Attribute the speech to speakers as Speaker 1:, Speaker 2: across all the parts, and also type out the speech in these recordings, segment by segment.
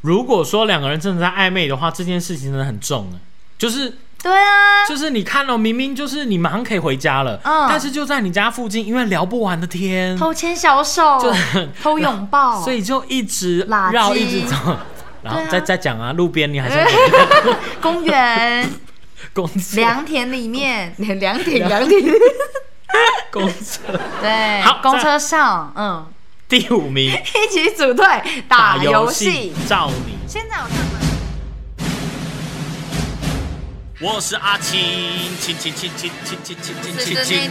Speaker 1: 如果说两个人真的在暧昧的话，这件事情真的很重啊，就是
Speaker 2: 对啊，
Speaker 1: 就是你看哦，明明就是你马上可以回家了，
Speaker 2: 嗯
Speaker 1: 但是就在你家附近，因为聊不完的天，
Speaker 2: 偷牵小手
Speaker 1: 就，
Speaker 2: 偷拥抱，
Speaker 1: 所以就一直
Speaker 2: 垃圾
Speaker 1: 绕，一直走，然后
Speaker 2: 对啊
Speaker 1: 再再讲啊，路边你还是要
Speaker 2: 公 园、
Speaker 1: 公厕，
Speaker 2: 良田里面， 良田、良田，
Speaker 1: 公厕。
Speaker 2: 对，
Speaker 1: 好
Speaker 2: 公车上，嗯，
Speaker 1: 第五名，
Speaker 2: 一起组队打游戏。，
Speaker 1: 照你。
Speaker 2: 现在我看门。
Speaker 1: 我是阿青，青青青青青青青青青青，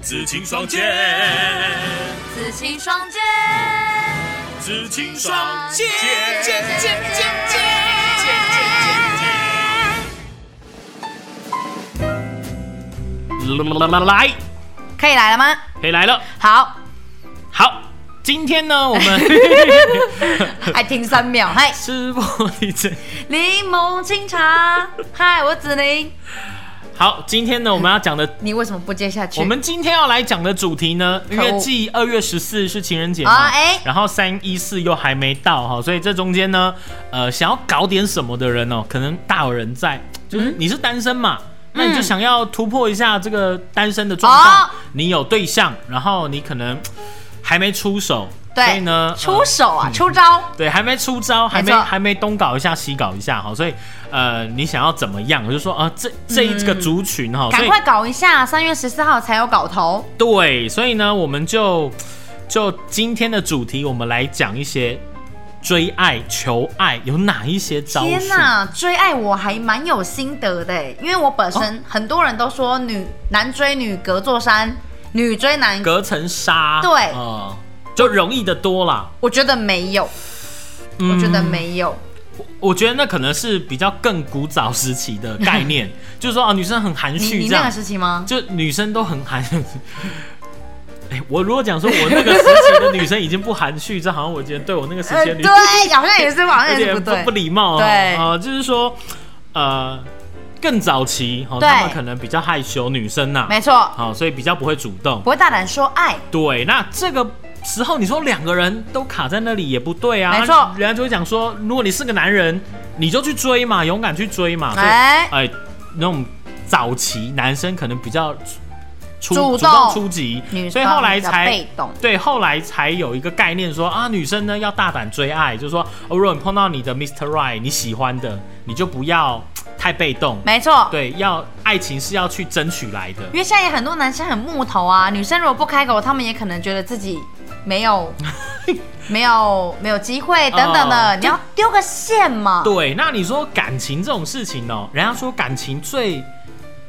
Speaker 1: 紫青双剑。
Speaker 2: 紫青双剑，
Speaker 1: 紫青
Speaker 2: 双
Speaker 1: 剑，
Speaker 2: 剑剑剑剑剑剑
Speaker 1: 来，
Speaker 2: 可以来了吗？
Speaker 1: 可以来了。
Speaker 2: 好，
Speaker 1: 好，今天呢，我 们
Speaker 2: 还停三秒。 嗨，
Speaker 1: 吃播一阵。
Speaker 2: 柠檬清茶。嗨，我子宁。
Speaker 1: 好，今天呢，我们要讲 的，
Speaker 2: 你为什么不接下去？
Speaker 1: 我们今天要来讲的主题呢，因
Speaker 2: 可
Speaker 1: 为
Speaker 2: 恶
Speaker 1: 继二月十四是情人节
Speaker 2: 啊
Speaker 1: 嘛
Speaker 2: 哎，
Speaker 1: 然后三一四又还没到哈，所以这中间呢，呃，想要搞点什么的人哦，可能大有人在，就是你是单身嘛。那你就
Speaker 2: 嗯
Speaker 1: 想要突破一下这个单身的状况，
Speaker 2: 哦
Speaker 1: 你有对象，然后你可能还没出手，所以
Speaker 2: 对
Speaker 1: 呢，
Speaker 2: 出
Speaker 1: 呃
Speaker 2: 手啊，出招。
Speaker 1: 对，还没出招，还没
Speaker 2: 没错
Speaker 1: 还没东搞一下西搞一下哈，所以呃，你想要怎么样？我就说啊、呃这这一个族群哈，所
Speaker 2: 嗯赶
Speaker 1: 以
Speaker 2: 快搞一下，三月十四号才有搞头。
Speaker 1: 对，所以呢，我们就就今天的主题，我们来讲一些追爱、求爱有哪一些招数
Speaker 2: 天？呐，追爱我还蛮有心得的欸，因为我本
Speaker 1: 哦
Speaker 2: 身很多人都说女男追女隔座山，女追男，
Speaker 1: 隔层纱，
Speaker 2: 对
Speaker 1: 呃就容易的多啦。
Speaker 2: 我觉得没有，
Speaker 1: 嗯
Speaker 2: 我觉得没有，
Speaker 1: 我觉得那可能是比较更古早时期的概 念，就是说啊，女生很含
Speaker 2: 你
Speaker 1: 蓄
Speaker 2: 你
Speaker 1: 这
Speaker 2: 那个
Speaker 1: 样，
Speaker 2: 时期吗？
Speaker 1: 就女生都很含。哎、我如果讲说我那个时期的女生已经不含蓄，这好像我觉得对我那个时期的女生
Speaker 2: 呃对，好像也是，好像
Speaker 1: 有
Speaker 2: 也是
Speaker 1: 点
Speaker 2: 不哎对
Speaker 1: 不。礼貌哦。
Speaker 2: 对
Speaker 1: 呃，就是说，呃，更早期哦，
Speaker 2: 对
Speaker 1: 他们可能比较害羞，女生呐、
Speaker 2: 没错，
Speaker 1: 好、所以比较不会主动
Speaker 2: 不。会大胆说爱，
Speaker 1: 对，那这个时候你说两个人都卡在那里也不对啊，
Speaker 2: 没错
Speaker 1: 人家就会讲说，如果你是个男人，你就去追嘛，勇敢去追嘛。所以
Speaker 2: 哎
Speaker 1: 哎，那种早期男生可能比较出
Speaker 2: 主动
Speaker 1: 动出击
Speaker 2: 女，
Speaker 1: 所以
Speaker 2: 生
Speaker 1: 后来
Speaker 2: 比较
Speaker 1: 才
Speaker 2: 被动
Speaker 1: 对，后来才有一个概念说啊，女生呢要大胆追爱，就是说，哦如果你碰到你的 Mr. Right 你喜欢的，你就不要太被动，
Speaker 2: 没错。
Speaker 1: 对，要爱情是要去争取来的。
Speaker 2: 因为现在也很多男生很木头啊，女生如果不开口，他们也可能觉得自己 没有没有没有机会等等的，
Speaker 1: 哦
Speaker 2: 你要丢个线嘛。
Speaker 1: 对，那你说感情这种事情哦，人家说感情最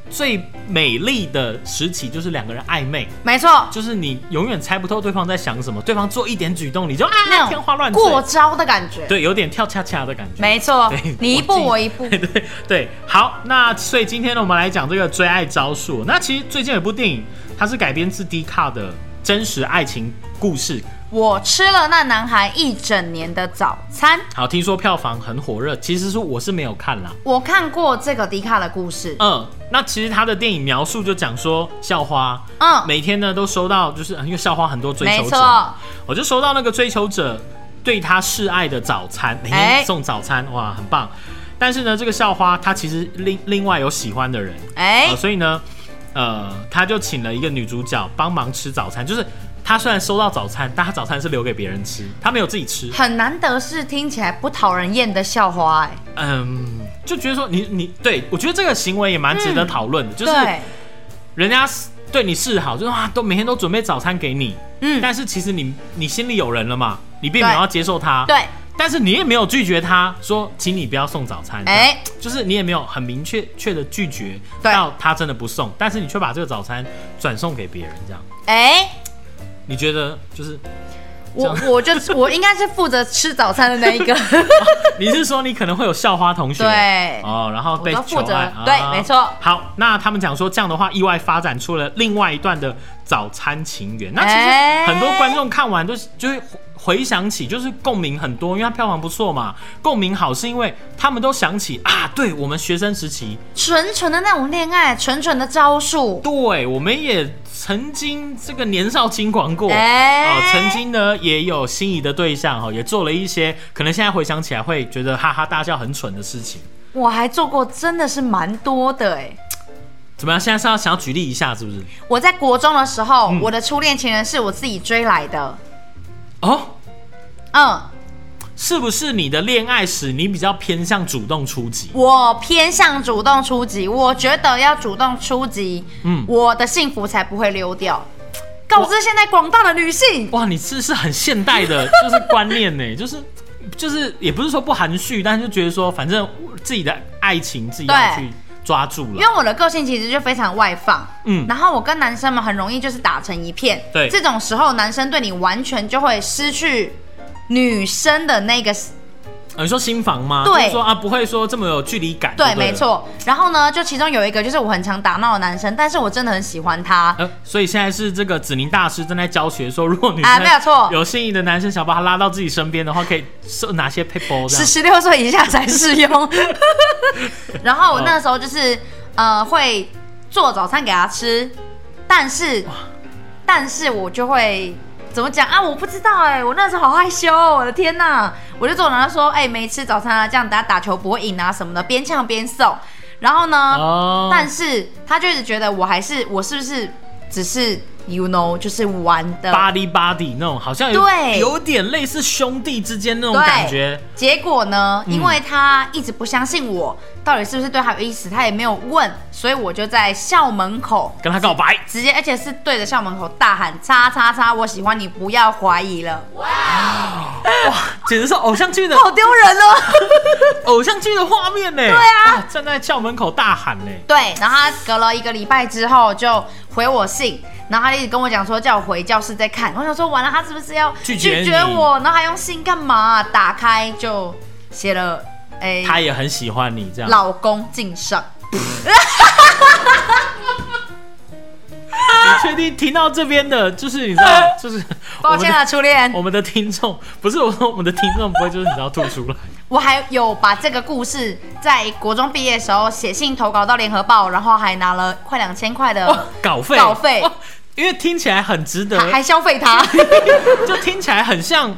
Speaker 1: 最美丽的时期就是两个人暧昧，
Speaker 2: 没错，
Speaker 1: 就是你永远猜不透对方在想什么，对方做一点举动你就啊
Speaker 2: 那
Speaker 1: 天花乱
Speaker 2: 种
Speaker 1: 坠，
Speaker 2: 过招的感觉。
Speaker 1: 对，有点跳恰恰的感觉。
Speaker 2: 没错
Speaker 1: 对，
Speaker 2: 你一步
Speaker 1: 我记
Speaker 2: 我一步。
Speaker 1: 对 对，好，那所以今天呢，我们来讲这个追爱招数。那其实最近有部电影，它是改编自 D 卡的真实爱情故事。
Speaker 2: 我吃了那男孩一整年的早餐。
Speaker 1: 好，听说票房很火热，其实是我是没有看啦。
Speaker 2: 我看过这个迪卡的故事，
Speaker 1: 嗯，那其实他的电影描述就讲说，校花，
Speaker 2: 嗯
Speaker 1: 每天呢都收到，就是呃因为校花很多追
Speaker 2: 没
Speaker 1: 求者，
Speaker 2: 错，
Speaker 1: 我就收到那个追求者对他示爱的早餐，每天
Speaker 2: 哎
Speaker 1: 送早餐，哇，很棒。但是呢，这个校花她其实另另外有喜欢的人，
Speaker 2: 哎、
Speaker 1: 呃所以呢，呃，他就请了一个女主角帮忙吃早餐，就是他虽然收到早餐，但他早餐是留给别人吃，他没有自己吃。
Speaker 2: 很难得是听起来不讨人厌的校花、哎，
Speaker 1: 嗯，就觉得说你你对我觉得这个行为也蛮值得讨论的，就是
Speaker 2: 嗯对，
Speaker 1: 人家对你示好，就是啊，都每天都准备早餐给你，
Speaker 2: 嗯，
Speaker 1: 但是其实你你心里有人了嘛，你并没有
Speaker 2: 对
Speaker 1: 要接受他，
Speaker 2: 对，
Speaker 1: 但是你也没有拒绝他说，请你不要送早餐，
Speaker 2: 哎、
Speaker 1: 就是你也没有很明确确的拒绝
Speaker 2: 对
Speaker 1: 到他真的不送，但是你却把这个早餐转送给别人这样。
Speaker 2: 哎、
Speaker 1: 你觉得就是
Speaker 2: 我我就 我应该是负责吃早餐的 那一个，
Speaker 1: 你是说你可能会有校花同学
Speaker 2: 对，
Speaker 1: 哦，然后被
Speaker 2: 我都
Speaker 1: 求
Speaker 2: 负责
Speaker 1: 爱，啊
Speaker 2: 对没错
Speaker 1: 好，那他们讲说这样的话，意外发展出了另外一段的早餐情缘》。那其实很多观众看完就是就会回想起，就是共鸣很多，因为它票房不错嘛。共鸣好是因为他们都想起啊，对我们学生时期，
Speaker 2: 纯纯的那种恋爱，纯纯的招数，
Speaker 1: 对我们也曾经这个年少轻狂过。
Speaker 2: 哎、
Speaker 1: 哦，曾经呢也有心仪的对象哈、哦，也做了一些可能现在回想起来会觉得哈哈大笑很蠢的事情。
Speaker 2: 我还做过，真的是蛮多的哎、
Speaker 1: 怎么样？现在是要想要举例一下，是不是？
Speaker 2: 我在国中的时候，
Speaker 1: 嗯
Speaker 2: 我的初恋情人是我自己追来的，
Speaker 1: 哦，
Speaker 2: 嗯，
Speaker 1: 是不是你的恋爱史你比较偏向主动出击？
Speaker 2: 我偏向主动出击，我觉得要主动出击，
Speaker 1: 嗯
Speaker 2: 我的幸福才不会溜掉。告知现在广大的女性，
Speaker 1: 哇，你这是很现代的， 就是观念呢，就是就是也不是说不含蓄，但是就觉得说，反正自己的爱情自己要
Speaker 2: 对
Speaker 1: 去抓住了。
Speaker 2: 因为我的个性其实就非常外放，
Speaker 1: 嗯
Speaker 2: 然后我跟男生们很容易就是打成一片，
Speaker 1: 对
Speaker 2: 这种时候男生对你完全就会失去女生的那个
Speaker 1: 呃你说新房吗？
Speaker 2: 对
Speaker 1: 就是说啊，不会说这么有距离感。
Speaker 2: 对，
Speaker 1: 对，
Speaker 2: 没。错。然后呢，就其中有一个就是我很常打闹的男生，但是我真的很喜欢他。
Speaker 1: 呃，所以现在是这个子宁大师正在教学说，如果女生
Speaker 2: 啊没有错
Speaker 1: 有心仪的男生想把他拉到自己身边的话，可以是哪些 people 这
Speaker 2: 是
Speaker 1: 样？
Speaker 2: 十六岁以下才适 用。然后我那时候就是呃会做早餐给他吃，但是但是我就会怎么讲啊？我不知道哎、我那时候好害羞哦、我的天呐！我就做然后说哎、没吃早餐啊，这样大家打球不会赢啊什么的，边呛边送。然后呢，
Speaker 1: 哦
Speaker 2: 但是他就一直觉得我还是我是不是只是 you know 就是玩的。
Speaker 1: body body 那种，好像有
Speaker 2: 对
Speaker 1: 有点类似兄弟之间那种感觉。
Speaker 2: 结果呢，
Speaker 1: 嗯
Speaker 2: 因为他一直不相信我、到底是不是对他有意思，他也没有问，所以我就在校门口
Speaker 1: 跟他告白，
Speaker 2: 直接，而且是对着校门口大喊“叉叉叉”，我喜欢你，不要怀疑了，
Speaker 1: 简直是偶像剧的
Speaker 2: 好丢人哦。
Speaker 1: 偶像剧的画面呢。对
Speaker 2: 啊
Speaker 1: 站在校门口大喊呢。
Speaker 2: 对，然后他隔了一个礼拜之后就回我信，然后他一直跟我讲说叫我回教室再看。我想说完了，他是不是要
Speaker 1: 拒绝你
Speaker 2: 我？然后还用信干嘛啊、打开就写了，哎、
Speaker 1: 他也很喜欢你这样。
Speaker 2: 老公敬上。
Speaker 1: 你确定听到这边的，就是你知道，就是我
Speaker 2: 呃抱
Speaker 1: 们
Speaker 2: 歉啊
Speaker 1: 的
Speaker 2: 了，初恋
Speaker 1: 我。们的听众，不是我说我们的听众不会就是你知道吐出来。
Speaker 2: 我还有把这个故事在国中毕业的时候写信投稿到联合报，然后还拿了快两千块
Speaker 1: 哦
Speaker 2: 的，
Speaker 1: 稿费，
Speaker 2: 稿费
Speaker 1: 哇，因为听起来很值得，
Speaker 2: 还还消费它。
Speaker 1: 就听起来很像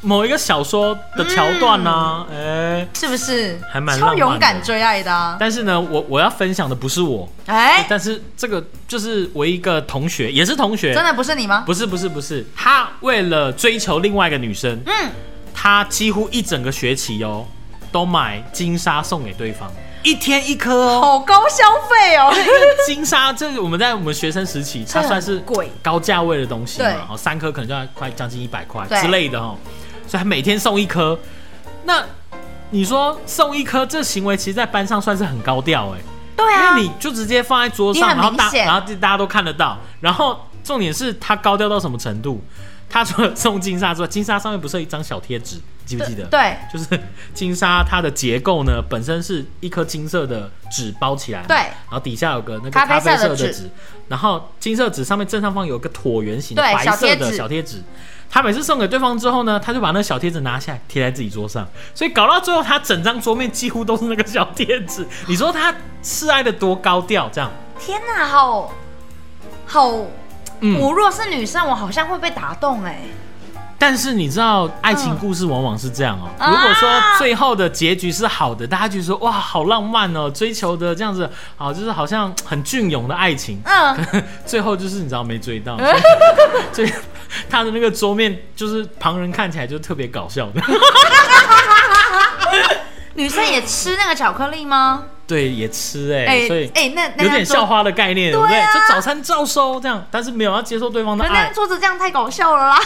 Speaker 1: 某一个小说的桥段啊，哎、
Speaker 2: 是不是？
Speaker 1: 还蛮浪
Speaker 2: 超
Speaker 1: 漫的
Speaker 2: 勇敢追爱的、啊。
Speaker 1: 但是呢，我我要分享的不是我，
Speaker 2: 哎、
Speaker 1: 但是这个就是我一个同学，也是同学，
Speaker 2: 真的不是你吗？
Speaker 1: 不是不是不是，他为了追求另外一个女生，
Speaker 2: 嗯，
Speaker 1: 他几乎一整个学期哦，都买金沙送给对方，一天一颗哦。
Speaker 2: 好高消费哦。
Speaker 1: 金沙，这是我们在我们学生时期，它
Speaker 2: 这
Speaker 1: 算
Speaker 2: 很
Speaker 1: 是
Speaker 2: 贵
Speaker 1: 高价位的东西嘛
Speaker 2: 对，
Speaker 1: 哦，三颗可能就要快将近一百块
Speaker 2: 对
Speaker 1: 之类的哦，所以他每天送一颗。那你说送一颗这行为，其实在班上算是很高调哎、
Speaker 2: 对
Speaker 1: 因
Speaker 2: 啊
Speaker 1: 为，你就直接放在桌
Speaker 2: 你
Speaker 1: 上，
Speaker 2: 很
Speaker 1: 然后大
Speaker 2: 明显
Speaker 1: 然后大家都看得到，然后重点是他高调到什么程度？他除了送金沙之外，金沙上面不是有一张小贴纸，记不记得？
Speaker 2: 对
Speaker 1: 就是金沙它的结构呢，本身是一颗金色的纸包起来嘛，
Speaker 2: 对
Speaker 1: 然后底下有个那个
Speaker 2: 咖啡
Speaker 1: 啡
Speaker 2: 色的
Speaker 1: 色的
Speaker 2: 纸
Speaker 1: 纸，然后金色纸上面正上方有一个椭圆形的
Speaker 2: 对
Speaker 1: 白
Speaker 2: 小
Speaker 1: 色
Speaker 2: 贴
Speaker 1: 的
Speaker 2: 纸
Speaker 1: 小贴纸。他每次送给对方之后呢，他就把那个小贴纸拿下来贴在自己桌上，所以搞到最后，他整张桌面几乎都是那个小贴纸。你说他示爱的多高调？这样，
Speaker 2: 天哪，好好。
Speaker 1: 嗯。
Speaker 2: 我若是女生，我好像会被打动哎、
Speaker 1: 但是你知道，爱情故事往往是这样哦、
Speaker 2: 嗯
Speaker 1: 如果说
Speaker 2: 啊
Speaker 1: 最后的结局是好的，大家就说哇，好浪漫哦、追求的这样子，好就是好像很隽永的爱情。
Speaker 2: 嗯，
Speaker 1: 最后就是你知道没追 到，所以所以他的那个桌面就是旁人看起来就特别搞笑的。
Speaker 2: 女生也吃那个巧克力吗？
Speaker 1: 对，也吃哎、
Speaker 2: 哎
Speaker 1: 所以
Speaker 2: 哎那那
Speaker 1: 有点
Speaker 2: 样做
Speaker 1: 校花的概念，对不
Speaker 2: 对
Speaker 1: 对？
Speaker 2: 啊
Speaker 1: 就早餐照收这样，但是没有要接受对方的
Speaker 2: 那
Speaker 1: 爱
Speaker 2: 样。桌子这样太搞 笑了啦。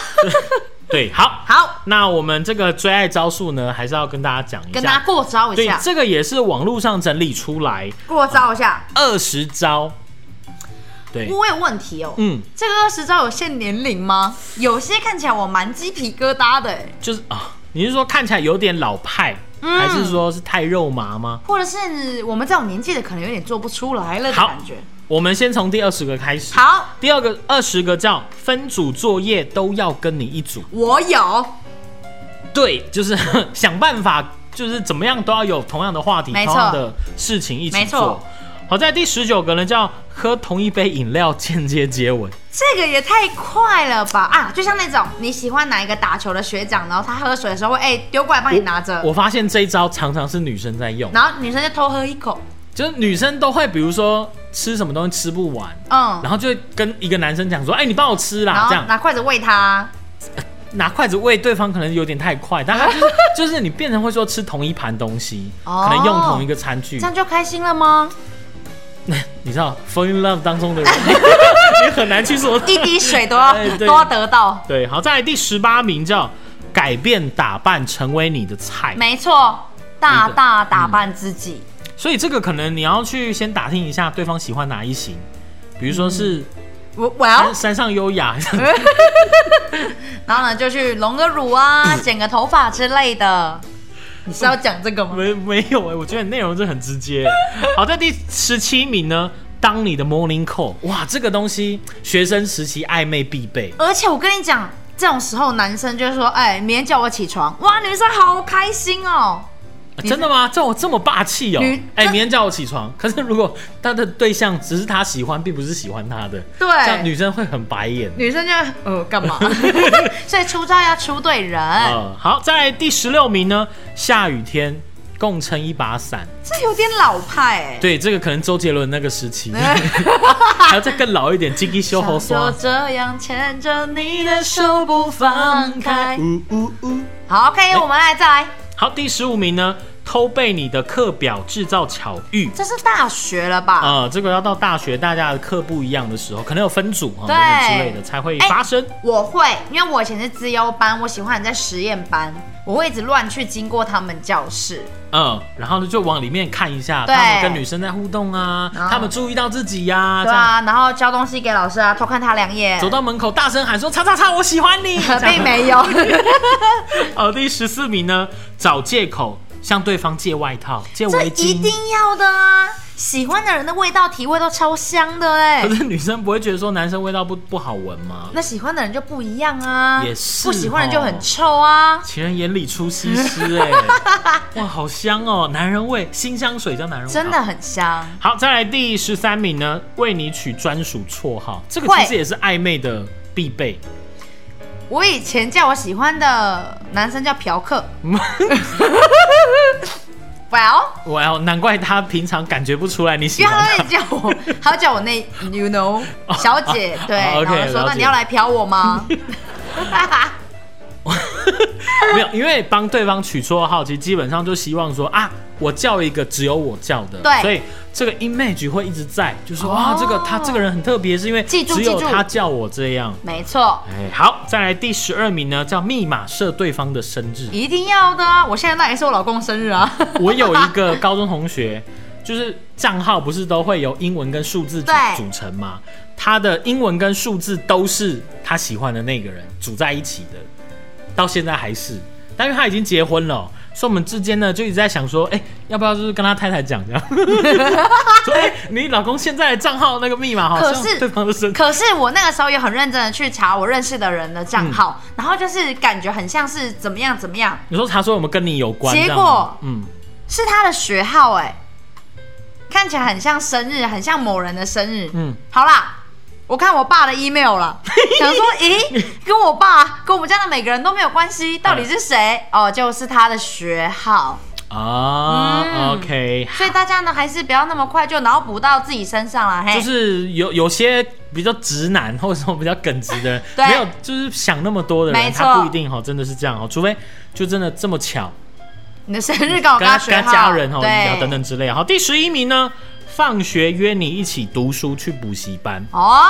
Speaker 1: 对，好，
Speaker 2: 好，
Speaker 1: 那我们这个追爱招数呢，还是要跟大家讲一下。
Speaker 2: 跟大家过招一
Speaker 1: 对，
Speaker 2: 下，
Speaker 1: 这个也是网络上整理出来
Speaker 2: 过招一下。
Speaker 1: 二十招。对，
Speaker 2: 我有问题哦，
Speaker 1: 嗯，
Speaker 2: 这个二十招有限年龄吗？有些看起来我蛮鸡皮疙瘩的哎，
Speaker 1: 就是啊，你是说看起来有点老派，
Speaker 2: 嗯
Speaker 1: 还是说是太肉麻吗？
Speaker 2: 或者是我们这种年纪的可能有点做不出来了的
Speaker 1: 好
Speaker 2: 感觉。
Speaker 1: 我们先从第二十个开始。
Speaker 2: 好，
Speaker 1: 第二个二十个叫分组作业都要跟你一组，
Speaker 2: 我有，
Speaker 1: 对，就是 想办法，就是怎么样都要有同样的话题、同
Speaker 2: 没错
Speaker 1: 样的事情一起
Speaker 2: 没
Speaker 1: 做
Speaker 2: 错。
Speaker 1: 好在第十九个呢，叫喝同一杯饮料间接接吻。
Speaker 2: 这个也太快了吧啊！就像那种你喜欢哪一个打球的学长，然后他喝水的时候会哎丢过来帮你拿着，
Speaker 1: 我发现这一招常常是女生在用，
Speaker 2: 然后女生就偷喝一口，
Speaker 1: 就是女生都会，比如说吃什么东西吃不完，
Speaker 2: 嗯，
Speaker 1: 然后就会跟一个男生讲说：“哎、你帮我吃
Speaker 2: 然
Speaker 1: 啦。”
Speaker 2: 后
Speaker 1: 这样嗯
Speaker 2: 拿筷子喂他，
Speaker 1: 拿筷子喂对方可能有点太快，但他就是 就是你变成会说吃同一盘东西，
Speaker 2: 哦
Speaker 1: 可能用同一个餐具
Speaker 2: 这，样就开心了吗？
Speaker 1: 你知道《Fall in Love》当中 的人，你很难去说。
Speaker 2: 一滴水都要
Speaker 1: 哎对
Speaker 2: 都要得到，
Speaker 1: 对，好，再来第十八名叫改变打扮成为你的菜，
Speaker 2: 没错，
Speaker 1: 那
Speaker 2: 大
Speaker 1: 个
Speaker 2: 大打扮自己，
Speaker 1: 所以这个可能你要去先打听一下对方喜欢哪一型，比如说是
Speaker 2: 我我要
Speaker 1: 山山上优雅，
Speaker 2: 然后呢，就去隆个乳啊，剪个头发之类的。你是要讲这个吗？
Speaker 1: 没没有哎、我觉得内容是很直接。好，在第十七名呢，当你的 morning call，哇，这个东西学生时期暧昧必备。
Speaker 2: 而且我跟你讲，这种时候男生就会说：“哎、明天叫我起床。”哇，女生好开心哦。
Speaker 1: 啊真的吗？这我这么霸气哦、
Speaker 2: 女
Speaker 1: 哎、
Speaker 2: 这
Speaker 1: 明天叫我起床。可是如果他的对象只是他喜欢，并不是喜欢他的，这样
Speaker 2: 对，
Speaker 1: 女生会很白眼。
Speaker 2: 女生就呃干 嘛？所以出招要出对人，
Speaker 1: 呃，好，在第十六名呢，下雨天共撑一把伞。
Speaker 2: 这有点老派哎、
Speaker 1: 对，这个可能周杰伦那个时 期，还要再更老一点，金鸡修
Speaker 2: 想
Speaker 1: 猴
Speaker 2: 就
Speaker 1: 刷。
Speaker 2: 这样牵着你的手不放开。好，OK，我们来再来，
Speaker 1: 好，第十五名呢，偷背你的课表制造巧遇。
Speaker 2: 这是大学了吧？
Speaker 1: 啊、这个要到大学大家的课不一样的时候，可能有分组啊、等
Speaker 2: 对哎
Speaker 1: 等之类的才会发生。
Speaker 2: 我会，因为我以前是资优班，我喜欢在实验班，我会一直乱去经过他们教室。
Speaker 1: 嗯，然后呢就往里面看一下，
Speaker 2: 对
Speaker 1: 他们跟女生在互动啊，
Speaker 2: 然后
Speaker 1: 他们注意到自己呀、
Speaker 2: 对
Speaker 1: 这样。
Speaker 2: 啊，然后交东西给老师啊，偷看他两眼
Speaker 1: 走，到门口大声喊说：“叉叉叉，我喜欢 你。”
Speaker 2: 可
Speaker 1: 这样。
Speaker 2: 并 没有。
Speaker 1: 哦，第十四名呢，找借口向对方借外套、借
Speaker 2: 这
Speaker 1: 围
Speaker 2: 一
Speaker 1: 巾。
Speaker 2: 定要的啊！喜欢的人的味道、体味都超香的 哎、
Speaker 1: 可是女生不会觉得说男生味道不不好闻吗？
Speaker 2: 那喜欢的人就不一样啊，
Speaker 1: 也是
Speaker 2: 不喜欢的人就
Speaker 1: 哦
Speaker 2: 很臭啊。
Speaker 1: 情人眼里出西施 哎、哇，好香哦！男人味，新香水叫男人味，
Speaker 2: 真的很香，
Speaker 1: 好，再来第十三名呢，为你取专属绰号，这个
Speaker 2: 会
Speaker 1: 其实也是暧昧的必备。
Speaker 2: 我以前叫我喜欢的男生叫 嫖客。Well，
Speaker 1: 哇哦，难怪他平常感觉不出来你喜
Speaker 2: 因为他
Speaker 1: 欢
Speaker 2: 会叫我，他会叫我那 you know 小姐，对，然
Speaker 1: 哦
Speaker 2: 后
Speaker 1: ，OK，
Speaker 2: 就说
Speaker 1: 了解
Speaker 2: 那你要来嫖我 吗？
Speaker 1: 他，没有，因为帮对方取绰号，其实基本上就希望说啊，我叫一个只有我叫的，
Speaker 2: 对哦
Speaker 1: 所以这个 image 会一直在，就说哇，这个他这个人很特别，是因为
Speaker 2: 记住
Speaker 1: 只有
Speaker 2: 记住
Speaker 1: 他叫我这样。
Speaker 2: 没错，
Speaker 1: 哎，好，再来第十二名呢，叫密码设对方的生日。
Speaker 2: 一定要的啊！我现在那也是我老公生日啊，
Speaker 1: 我有一个高中同学，就是账号不是都会由英文跟数字组
Speaker 2: 对
Speaker 1: 组成吗？他的英文跟数字都是他喜欢的那个人组在一起的，到现在还是。但是他已经结婚了哦、所以我们之间呢就一直在想说，哎、要不要就是跟他太太讲这 样？说哎、你老公现在的账号那个密码好
Speaker 2: 可
Speaker 1: 像
Speaker 2: 是
Speaker 1: 对方的身，
Speaker 2: 可是我那个时候也很认真的去查我认识的人的账号，
Speaker 1: 嗯
Speaker 2: 然后就是感觉很像是怎么样怎么样，
Speaker 1: 你说他说我们跟你有关，
Speaker 2: 结
Speaker 1: 这样吗
Speaker 2: 果
Speaker 1: 嗯，
Speaker 2: 是他的学号哎、看起来很像生日，很像某人的生日。
Speaker 1: 嗯
Speaker 2: 嗯，好啦，我看我爸的 email 了， 想说，咦，跟我爸跟我们家的每个人都没有关系，到底是谁？
Speaker 1: 嗯
Speaker 2: 哦，就是他的学号。
Speaker 1: 啊、
Speaker 2: 嗯
Speaker 1: o k
Speaker 2: 所以大家呢，还是不要那么快就脑补到自己身上了，嘿。
Speaker 1: 就是有有些比较直男或者说比较耿直的人，
Speaker 2: 对
Speaker 1: 没有就是想那么多的人，
Speaker 2: 没错
Speaker 1: 他不一定哈，真的是这样哦，除非就真的这么巧，
Speaker 2: 你的生日刚好
Speaker 1: 跟
Speaker 2: 跟他学
Speaker 1: 跟
Speaker 2: 号，
Speaker 1: 家人哦医疗
Speaker 2: 对，
Speaker 1: 等。等之类。好，第十一名呢，放学约你一起读书去补习班，
Speaker 2: 哦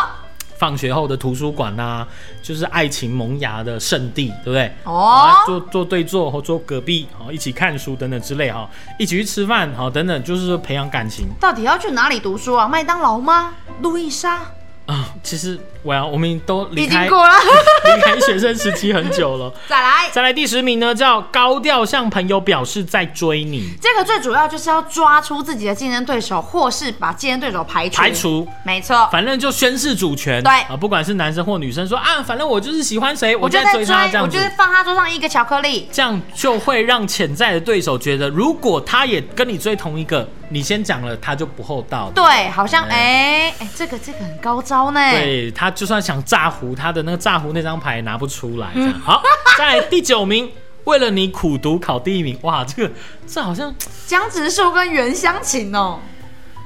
Speaker 1: 放学后的图书馆呐、就是爱情萌芽的圣地，对不对？
Speaker 2: 哦
Speaker 1: 啊，，坐坐对坐或坐隔壁，哦好一起看书等等之类哈，一起去吃哦饭，好等等，就是说培养感情。
Speaker 2: 到底要去哪里读书啊？麦当劳吗？路易莎？
Speaker 1: 啊，其实我要我们都离
Speaker 2: 已
Speaker 1: 开
Speaker 2: 经过了，
Speaker 1: 离开学生时期很久了。
Speaker 2: 再来。
Speaker 1: 再来第十名呢，叫高调向朋友表示在追你，
Speaker 2: 这个最主要就是要抓出自己的竞争对手，或是把竞争对手排除。
Speaker 1: 排，除。
Speaker 2: 没错。
Speaker 1: 反正就宣示主权，
Speaker 2: 对
Speaker 1: 啊，不管是男生或女生说啊，反正我就是喜欢谁，
Speaker 2: 我就
Speaker 1: 在
Speaker 2: 在
Speaker 1: 追
Speaker 2: 追，
Speaker 1: 他这
Speaker 2: 我
Speaker 1: 样子
Speaker 2: 就是，放他桌上一个巧克力。
Speaker 1: 这样就会让潜在的对手觉得，如果他也跟你追同一个，你先讲了，他就不厚道。
Speaker 2: 对，好像哎哎，这个这个很高招呢。
Speaker 1: 对他就算想炸胡，他的那个炸胡那张牌拿不出 来。这样好，在第九名，为了你苦读考第一名，哇，这个这好像
Speaker 2: 江直树跟袁湘琴哦，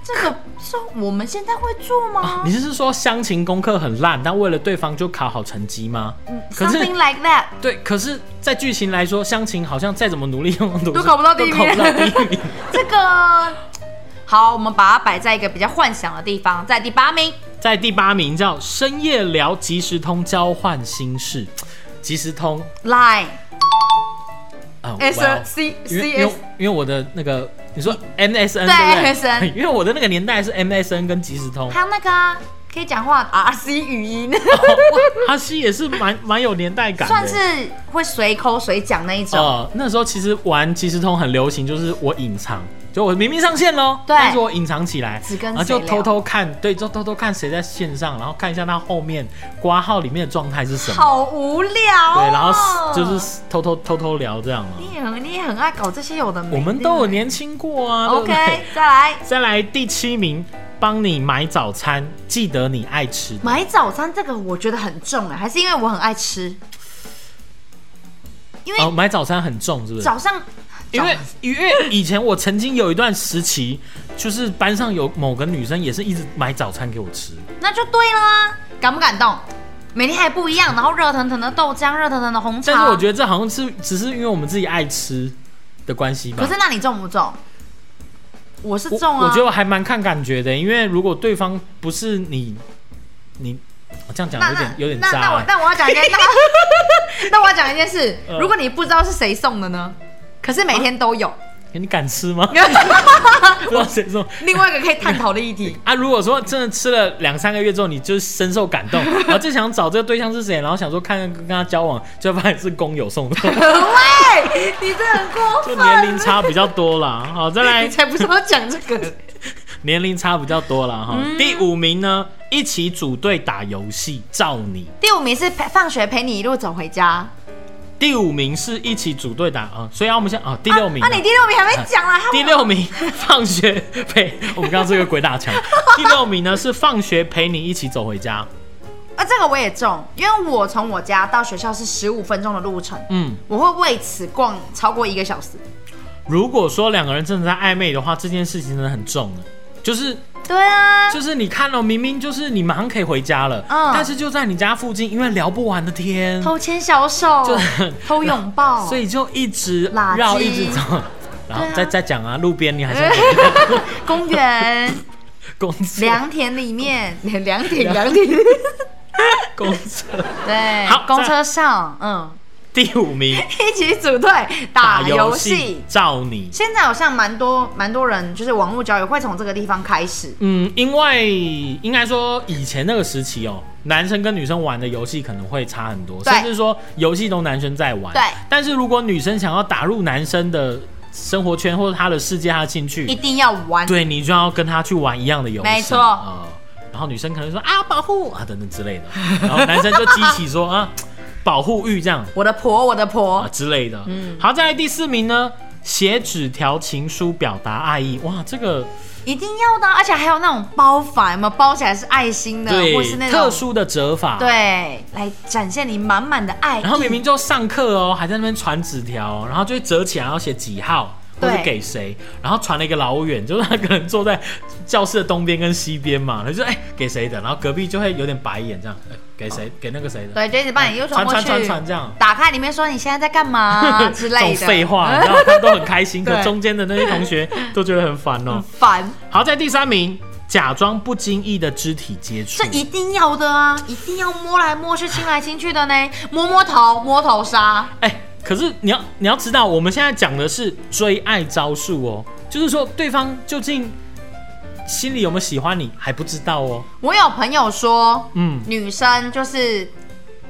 Speaker 2: 这个是我们现在会做吗、
Speaker 1: 啊你是说乡情功课很烂，但为了对方就考好成绩吗？
Speaker 2: s o
Speaker 1: 可
Speaker 2: m
Speaker 1: 是
Speaker 2: e t h i n g like that。
Speaker 1: 对，可是，在剧情来说，乡情好像再怎么努力用读
Speaker 2: 都考不到第一名
Speaker 1: 都考不到第一名。
Speaker 2: 这个好，我们把它摆在一个比较幻想的地方，在第八名。
Speaker 1: 在第八名叫深夜聊即时通交换心事，即时通
Speaker 2: Line
Speaker 1: 啊，
Speaker 2: S
Speaker 1: 哇哦
Speaker 2: C
Speaker 1: 因为
Speaker 2: C
Speaker 1: 因为
Speaker 2: S
Speaker 1: 因为我的那个你说 MSN
Speaker 2: 对
Speaker 1: 不
Speaker 2: MSN
Speaker 1: 因为我的那个年代是 MSN 跟即时 通，
Speaker 2: 还有那个啊可以讲话 R C 语 音，
Speaker 1: 阿西也是蛮蛮有年代感的，
Speaker 2: 算是会随口随讲那一种。
Speaker 1: 呃，那时候其实玩即时通很流行，就是我隐藏，就我明明上线喽，
Speaker 2: 对
Speaker 1: 但是我隐藏起来，
Speaker 2: 只跟
Speaker 1: 然后
Speaker 2: 谁
Speaker 1: 就
Speaker 2: 聊
Speaker 1: 偷偷看，对，就偷偷看谁在线上，然后看一下他后面挂号里面的状态是什么，
Speaker 2: 好啊无聊、哦。
Speaker 1: 对，然后就是偷偷偷偷聊这样嘛。
Speaker 2: 你也很你也很爱搞这些有的没的。
Speaker 1: 我们都有年轻过啊对不
Speaker 2: OK，
Speaker 1: 对？
Speaker 2: 再来
Speaker 1: 再来第七名，帮你买早餐，记得你爱吃。
Speaker 2: 买早餐这个我觉得很重哎，还是因为我很爱吃，因为
Speaker 1: 哦，买早餐很重，是不是？
Speaker 2: 早上
Speaker 1: 因为
Speaker 2: 早
Speaker 1: 因为以前我曾经有一段时期，就是班上有某个女生也是一直买早餐给我吃，
Speaker 2: 那就对了啊，感不感动？每天还不一样，然后热腾腾的豆浆，热腾腾的红茶。
Speaker 1: 但是我觉
Speaker 2: 得，
Speaker 1: 得这好像是只是因为我们自己爱吃的关系吧。
Speaker 2: 可是那你中不中？我是
Speaker 1: 我
Speaker 2: 中啊，
Speaker 1: 我觉得我还蛮看感觉的，因为如果对方不是你，你我这样讲
Speaker 2: 那
Speaker 1: 有
Speaker 2: 那
Speaker 1: 点有点
Speaker 2: 那那
Speaker 1: 渣
Speaker 2: 我
Speaker 1: 欸。
Speaker 2: 那我要讲一件，那那我要讲一件事，
Speaker 1: 嗯啊
Speaker 2: 如果你不知道是谁送的呢？可是每天都有，
Speaker 1: 你敢吃 吗？不知道谁说
Speaker 2: 另外一个可以探讨的议 题。
Speaker 1: 啊？如果说真的吃了两三个月之后，你就深受感 动，然后就想找这个对象是谁，然后想说看跟他交往，就发现是工友送的。
Speaker 2: 喂，你这很过
Speaker 1: 就
Speaker 2: 分，
Speaker 1: 年龄差比较多 啦。好，再来
Speaker 2: 你才不是要讲这 个。
Speaker 1: 年龄差比较多啦。哈。
Speaker 2: 嗯
Speaker 1: 第五名呢，一起组队打游戏照你。
Speaker 2: 第五名是陪放学陪你一路走回家。
Speaker 1: 第五名是一起组队打啊，所以啊我们先啊第六名
Speaker 2: 啊，你第六名还没讲啦？
Speaker 1: 第六名放学陪我们刚刚这个鬼打 墙。第六名呢是放学陪你一起走回家。
Speaker 2: 啊，这个我也中，因为我从我家到学校是十五分钟的路程，
Speaker 1: 嗯，
Speaker 2: 我会为此逛超过一个小时。
Speaker 1: 如果说两个人真的在暧昧的话，这件事情真的很重了。就是
Speaker 2: 对啊，
Speaker 1: 就是你看哦，明明就是你马上可以回家了，
Speaker 2: 嗯
Speaker 1: 但是就在你家附近，因为聊不完的天，
Speaker 2: 偷牵小手
Speaker 1: 就，
Speaker 2: 偷拥抱，
Speaker 1: 所以就一直
Speaker 2: 哦垃圾
Speaker 1: 绕，一直走， 然后
Speaker 2: 对啊
Speaker 1: 再再讲啊，路边你还是 要回家
Speaker 2: 公园、
Speaker 1: 公厕，
Speaker 2: 凉田里 面、凉田、凉田，
Speaker 1: 公厕。
Speaker 2: 对，
Speaker 1: 好
Speaker 2: 公车上，嗯，
Speaker 1: 第五名，
Speaker 2: 一起组队 打游戏。
Speaker 1: 照你。
Speaker 2: 现在好像蛮多蛮多人，就是网络交友会从这个地方开始。
Speaker 1: 嗯，因为应该说以前那个时期哦，男生跟女生玩的游戏可能会差很多，
Speaker 2: 对
Speaker 1: 甚至说游戏都男生在玩。
Speaker 2: 对
Speaker 1: 但是如果女生想要打入男生的生活圈或者他的世界、他的兴趣，
Speaker 2: 一定要 玩，
Speaker 1: 对你就要跟他去玩一样的游戏，
Speaker 2: 没错
Speaker 1: 呃然后女生可能说啊保护啊等等之类的， 然后男生就激起说啊保护欲这样
Speaker 2: 我的婆，我的
Speaker 1: 啊
Speaker 2: 婆，
Speaker 1: 之类的。嗯，好，再来第四名呢，写纸条、情书表达爱意。哇，这个
Speaker 2: 一定要的啊，而且还有那种包法，有没有包起来是爱心的，
Speaker 1: 对
Speaker 2: 或是那种
Speaker 1: 特殊的折法。。
Speaker 2: 对，来展现你满满的爱意。
Speaker 1: 然后明明就上课哦，还在那边传纸条、然后就会折起来，然后写几号。或
Speaker 2: 对
Speaker 1: 者给谁，然后传了一个老远，就是他可能坐在教室的东边跟西边嘛，他就说哎、给谁的，然后隔壁就会有点白眼这样，哎给谁、给那个谁的，
Speaker 2: 对，就一直帮你又传过去，
Speaker 1: 传传传传这样
Speaker 2: 打开里面说你现在在 干嘛啊之
Speaker 1: 这
Speaker 2: 类
Speaker 1: 种
Speaker 2: 的，
Speaker 1: 废话，然后他们都很开 心，可
Speaker 2: 对
Speaker 1: 中间的那些同学都觉得很烦哦
Speaker 2: 很。烦，
Speaker 1: 好在第三名，假装不经意的肢体接触
Speaker 2: 这，一定要的啊，一定要摸来摸去、亲来亲去的呢，摸摸头、摸头杀，
Speaker 1: 哎、可是你要你要知道，我们现在讲的是追爱招数哦，就是说对方究竟心里有没有喜欢你还不知道哦。
Speaker 2: 我有朋友说，
Speaker 1: 嗯，
Speaker 2: 女生就是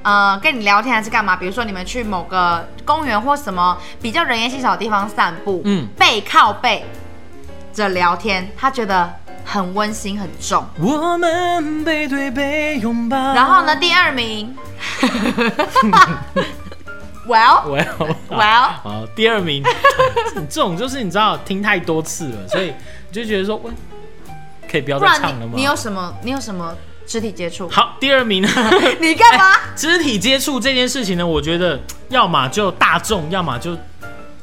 Speaker 2: 呃跟你聊天还是干嘛，比如说你们去某个公园或什么比较人烟稀少的地方散步，
Speaker 1: 嗯
Speaker 2: 背靠背着聊天，她觉得很温馨很重。
Speaker 1: 我们背对背拥抱。
Speaker 2: 然后呢，？第 二名 ，Well
Speaker 1: 我要
Speaker 2: Well，
Speaker 1: 好，第二名， 你这种就是你知道听太多次了，所以你就觉得说，喂，可以不要
Speaker 2: 不
Speaker 1: 再
Speaker 2: 然
Speaker 1: 唱了吗？
Speaker 2: 你你有什么你有什么肢体接触？
Speaker 1: 好，第二名呢？
Speaker 2: 你干嘛？
Speaker 1: 肢体接触这件事情呢，我觉得要么就大众，要么就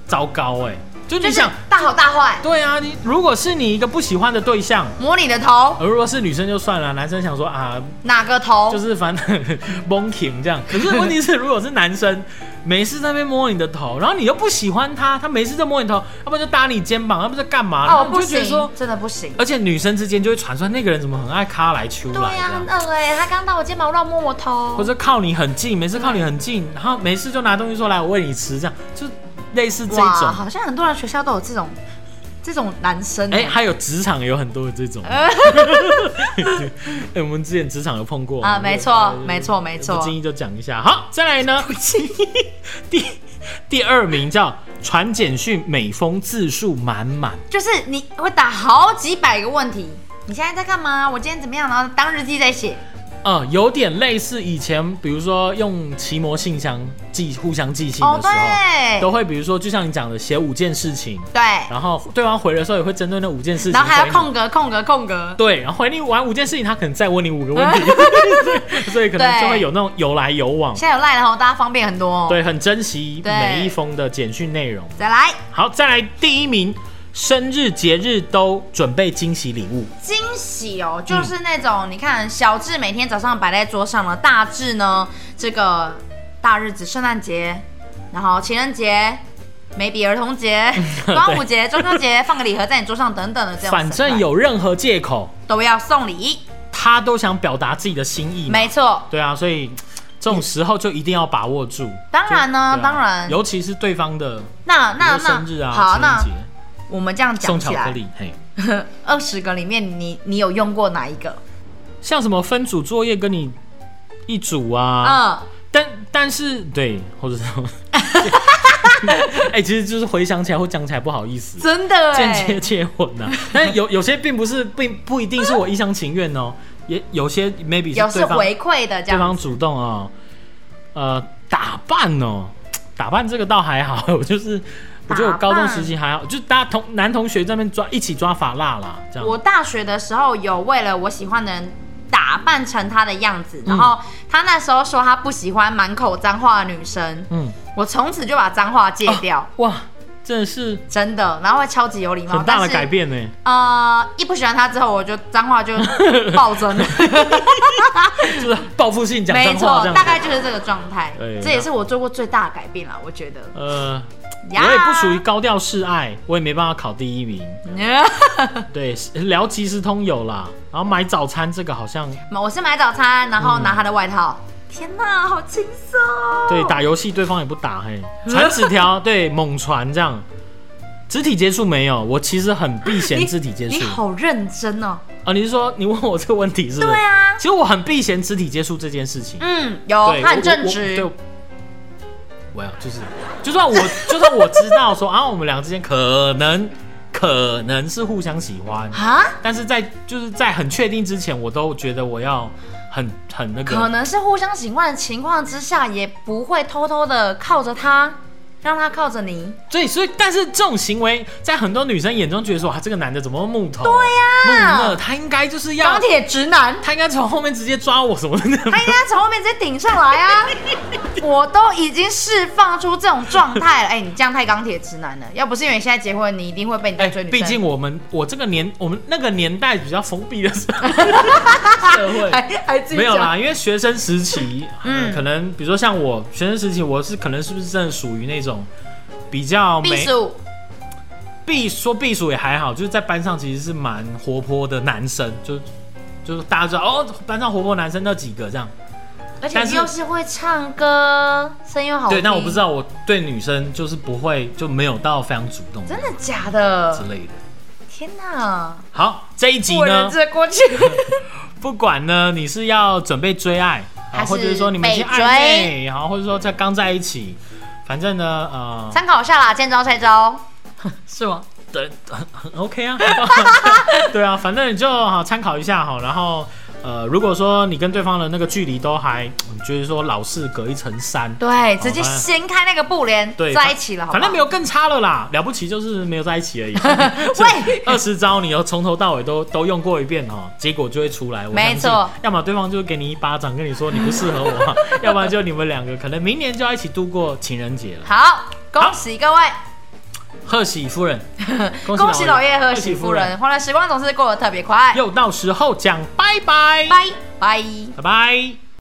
Speaker 1: 糟糕、哎，就
Speaker 2: 就
Speaker 1: 你
Speaker 2: 是
Speaker 1: 想，
Speaker 2: 大好大坏，
Speaker 1: 对啊，你如果是你一个不喜欢的对象，
Speaker 2: 摸你的头，
Speaker 1: 而如果是女生就算了，男生想说啊，
Speaker 2: 哪个头？
Speaker 1: 就是反正蒙停这样。可是问题是，如果是男生，没事在那边摸你的头，然后你又不喜欢他，他没事就摸你头，要不然就搭你肩膀，要不然就干嘛，然
Speaker 2: 哦，
Speaker 1: 后啊你
Speaker 2: 不
Speaker 1: 就觉得说
Speaker 2: 行，，真的不行。
Speaker 1: 而且女生之间就会传说那个人怎么很爱卡来秋来
Speaker 2: 对
Speaker 1: 这
Speaker 2: 呀、
Speaker 1: 样
Speaker 2: 很。恶哎、他刚到我肩膀乱摸我头
Speaker 1: 或。者靠你很近，每次靠你很近，然后没事就拿东西说来我喂你吃，这样就类似这
Speaker 2: 哇，
Speaker 1: 种。
Speaker 2: 好像很多人学校都有这种这种男生、
Speaker 1: 哎、
Speaker 2: 欸。
Speaker 1: 还有职场有很多的这种。哎、我们之前职场有碰过
Speaker 2: 啊没错
Speaker 1: 对对对
Speaker 2: 没错没错
Speaker 1: 不经意就讲一下。好，再来呢， 第第二名叫传简讯，每封字数满满。
Speaker 2: 就是你会打好几百个问题，你现在在干嘛？我今天怎么样？然后当日记在写。
Speaker 1: 呃，有点类似以前，比如说用奇摩信箱寄互相寄信
Speaker 2: 哦
Speaker 1: 的，时候，
Speaker 2: 对
Speaker 1: 都会比如说就像你讲的写五件事情，
Speaker 2: 对，
Speaker 1: 然后对方回的时候也会针对那五件事情，
Speaker 2: 然后还要
Speaker 1: 控。
Speaker 2: 空格空格空格。
Speaker 1: 对，然后回你完五件事情，他可能再问你五个问 题，所以可能就会有那种有来有往。
Speaker 2: 现在有赖了吼，大家方便很多、哦。，
Speaker 1: 对，很珍惜
Speaker 2: 对
Speaker 1: 每一封的简讯内容。
Speaker 2: 再来
Speaker 1: 好，再来第一名，生日节日都准备惊喜礼物。
Speaker 2: 惊喜哦，就是
Speaker 1: 嗯
Speaker 2: 那种、你看小智每天早上摆在桌上了，大智呢这个大日子，圣诞节，然后情人节。眉笔儿童节、 端午节、中秋节，放个礼盒在你桌上，等等的这种 surprise，
Speaker 1: 反正有任何借口，
Speaker 2: 都要送礼，
Speaker 1: 他都想表达自己的心意嘛。
Speaker 2: 没错。
Speaker 1: 对啊，所以嘖这种时候就一定要把握住。
Speaker 2: 当然呢，
Speaker 1: 对啊
Speaker 2: 当然。
Speaker 1: 尤其是对方的
Speaker 2: 那
Speaker 1: 比
Speaker 2: 那
Speaker 1: 如说生日
Speaker 2: 那
Speaker 1: 啊、
Speaker 2: 好，
Speaker 1: 情人
Speaker 2: 那
Speaker 1: 节
Speaker 2: 我们这样讲
Speaker 1: 送
Speaker 2: 起
Speaker 1: 巧克
Speaker 2: 来，
Speaker 1: 力，嘿，
Speaker 2: 二十个里面你你有用过哪一个？
Speaker 1: 像什么分组作业跟你一组啊，
Speaker 2: 嗯，
Speaker 1: 但但是对，或者是 什么，哎、其实就是回想起来或讲起来不好意思，
Speaker 2: 真的
Speaker 1: 间接
Speaker 2: 哎，
Speaker 1: 接吻 呐、但有有些并不是并不一定是我一厢情愿哦，也有些 maybe
Speaker 2: 有
Speaker 1: 是
Speaker 2: 是
Speaker 1: 对方
Speaker 2: 回馈的这
Speaker 1: 对
Speaker 2: 样
Speaker 1: 方。主动哦，呃，打扮哦，打扮这个倒还好， 我就是我觉得我高中时期还好，就大家同男同学在那边抓一起抓法蜡啦，这样
Speaker 2: 我大学的时候有为了我喜欢的人打扮成他的样
Speaker 1: 嗯
Speaker 2: 子，然后他那时候说他不喜欢满口脏话的女生，
Speaker 1: 嗯
Speaker 2: 我从此就把脏话戒掉，
Speaker 1: 哇，真的是
Speaker 2: 真的，然后会超级有礼貌。
Speaker 1: 哦很大的
Speaker 2: 但是
Speaker 1: 改变呢、
Speaker 2: 呃，一不喜欢他之后，我就脏话就暴增，
Speaker 1: 就是报复性讲脏
Speaker 2: 没
Speaker 1: 话
Speaker 2: 错
Speaker 1: 这，样
Speaker 2: 大。概就是这个状态
Speaker 1: 对。
Speaker 2: 这也是我做过最大的改变了，我觉得。
Speaker 1: 呃，
Speaker 2: 呀
Speaker 1: 我也不属于高调示爱，我也没办法考第一名。对，聊即时通有啦，然后买早餐这个好像
Speaker 2: 我是买早餐，然后拿他的外套。天哪，好轻松！
Speaker 1: 嗯对打游戏对方也不打 嘿，传纸条对猛传这样，肢体接触没有，我其实很避嫌
Speaker 2: 你
Speaker 1: 肢体接
Speaker 2: 你
Speaker 1: 触啊、
Speaker 2: 好认真哦。
Speaker 1: 你是说你问我这个问题是不是？
Speaker 2: 对啊
Speaker 1: 其实我很避嫌肢体接触这件事情，
Speaker 2: 嗯，有，
Speaker 1: 对，
Speaker 2: 他很
Speaker 1: 我
Speaker 2: 正
Speaker 1: 我
Speaker 2: 直
Speaker 1: 我。对我要就是，就算我 就算我知道说啊，我们俩之间可能可能是互相喜欢，
Speaker 2: 啊，
Speaker 1: 但是在就是在很确定之前，我都觉得我要很很那
Speaker 2: 可
Speaker 1: 个，
Speaker 2: 能是互相喜欢的情况之下，也不会偷偷的靠着他，让他靠着你。
Speaker 1: 对，所以但是这种行为在很多女生眼中觉得说，啊，这个男的怎么那么木头？对
Speaker 2: 呀
Speaker 1: 木讷，他应该就是要
Speaker 2: 钢，铁直 男，
Speaker 1: 他应该从后面直接抓我什么的。
Speaker 2: 他应该从后面直接顶上来啊！ 我都已经释放出这种状态了，哎、你这样太钢铁直男了。要不是因为你现在结婚，你一定会被你
Speaker 1: 哎
Speaker 2: 当追，女生。
Speaker 1: 毕 竟我们我这个年，我们那个年代比较封闭的时候社会，
Speaker 2: 还还自己
Speaker 1: 没有
Speaker 2: 讲
Speaker 1: 啦，因为学生时期，嗯、
Speaker 2: 嗯
Speaker 1: 可能比如说像我学生时期，我是可能是不是真的属于那种比较
Speaker 2: 避
Speaker 1: 没
Speaker 2: 暑
Speaker 1: 避说避暑也还好，就是在班上其实是蛮活泼的男生，就就是大家知道哦，班上活泼男生那几个这样。
Speaker 2: 而且
Speaker 1: 但
Speaker 2: 你
Speaker 1: 是
Speaker 2: 又是会唱歌，声音又好
Speaker 1: 对，但我
Speaker 2: 听
Speaker 1: 不知，道我对女生就是不会就没有到非常主动
Speaker 2: 真的假
Speaker 1: 之
Speaker 2: 的？
Speaker 1: 类的。
Speaker 2: 天哪，
Speaker 1: 好，这一集
Speaker 2: 我
Speaker 1: 呢
Speaker 2: 忍，着过去，
Speaker 1: 不管呢你是要准备追爱，啊，
Speaker 2: 还
Speaker 1: 或者是
Speaker 2: 是
Speaker 1: 说你们已经
Speaker 2: 被
Speaker 1: 暧昧，然后或者说在刚在一起，反正呢，呃，
Speaker 2: 参考一下啦，见招拆招， 是吗？
Speaker 1: 对很很，OK 啊， 对啊，反正你就好参考一下哈。然后，呃，如果说你跟对方的那个距离都还，嗯就是说老是隔一层山，
Speaker 2: 对，直接
Speaker 1: 好吧
Speaker 2: 掀开那个布帘，
Speaker 1: 对，
Speaker 2: 在一起了，好不
Speaker 1: 反
Speaker 2: 好
Speaker 1: 正没有更差了啦。了不起就是没有在一起而已。
Speaker 2: 喂，
Speaker 1: 二十招你要从头到尾都都用过一遍哦，结果就会出来。我
Speaker 2: 没
Speaker 1: 相信
Speaker 2: 错
Speaker 1: 要么对方就给你一巴掌，跟你说你不适合我， 要不然就你们两个可能明年就要一起度过情人节了。
Speaker 2: 好，恭喜各位，
Speaker 1: 贺喜夫 人，
Speaker 2: 恭喜老
Speaker 1: 爷，
Speaker 2: 爷和喜夫人，，欢乐时光总是过得特别快，
Speaker 1: 又到时候讲拜拜，
Speaker 2: 拜拜。
Speaker 1: 拜拜。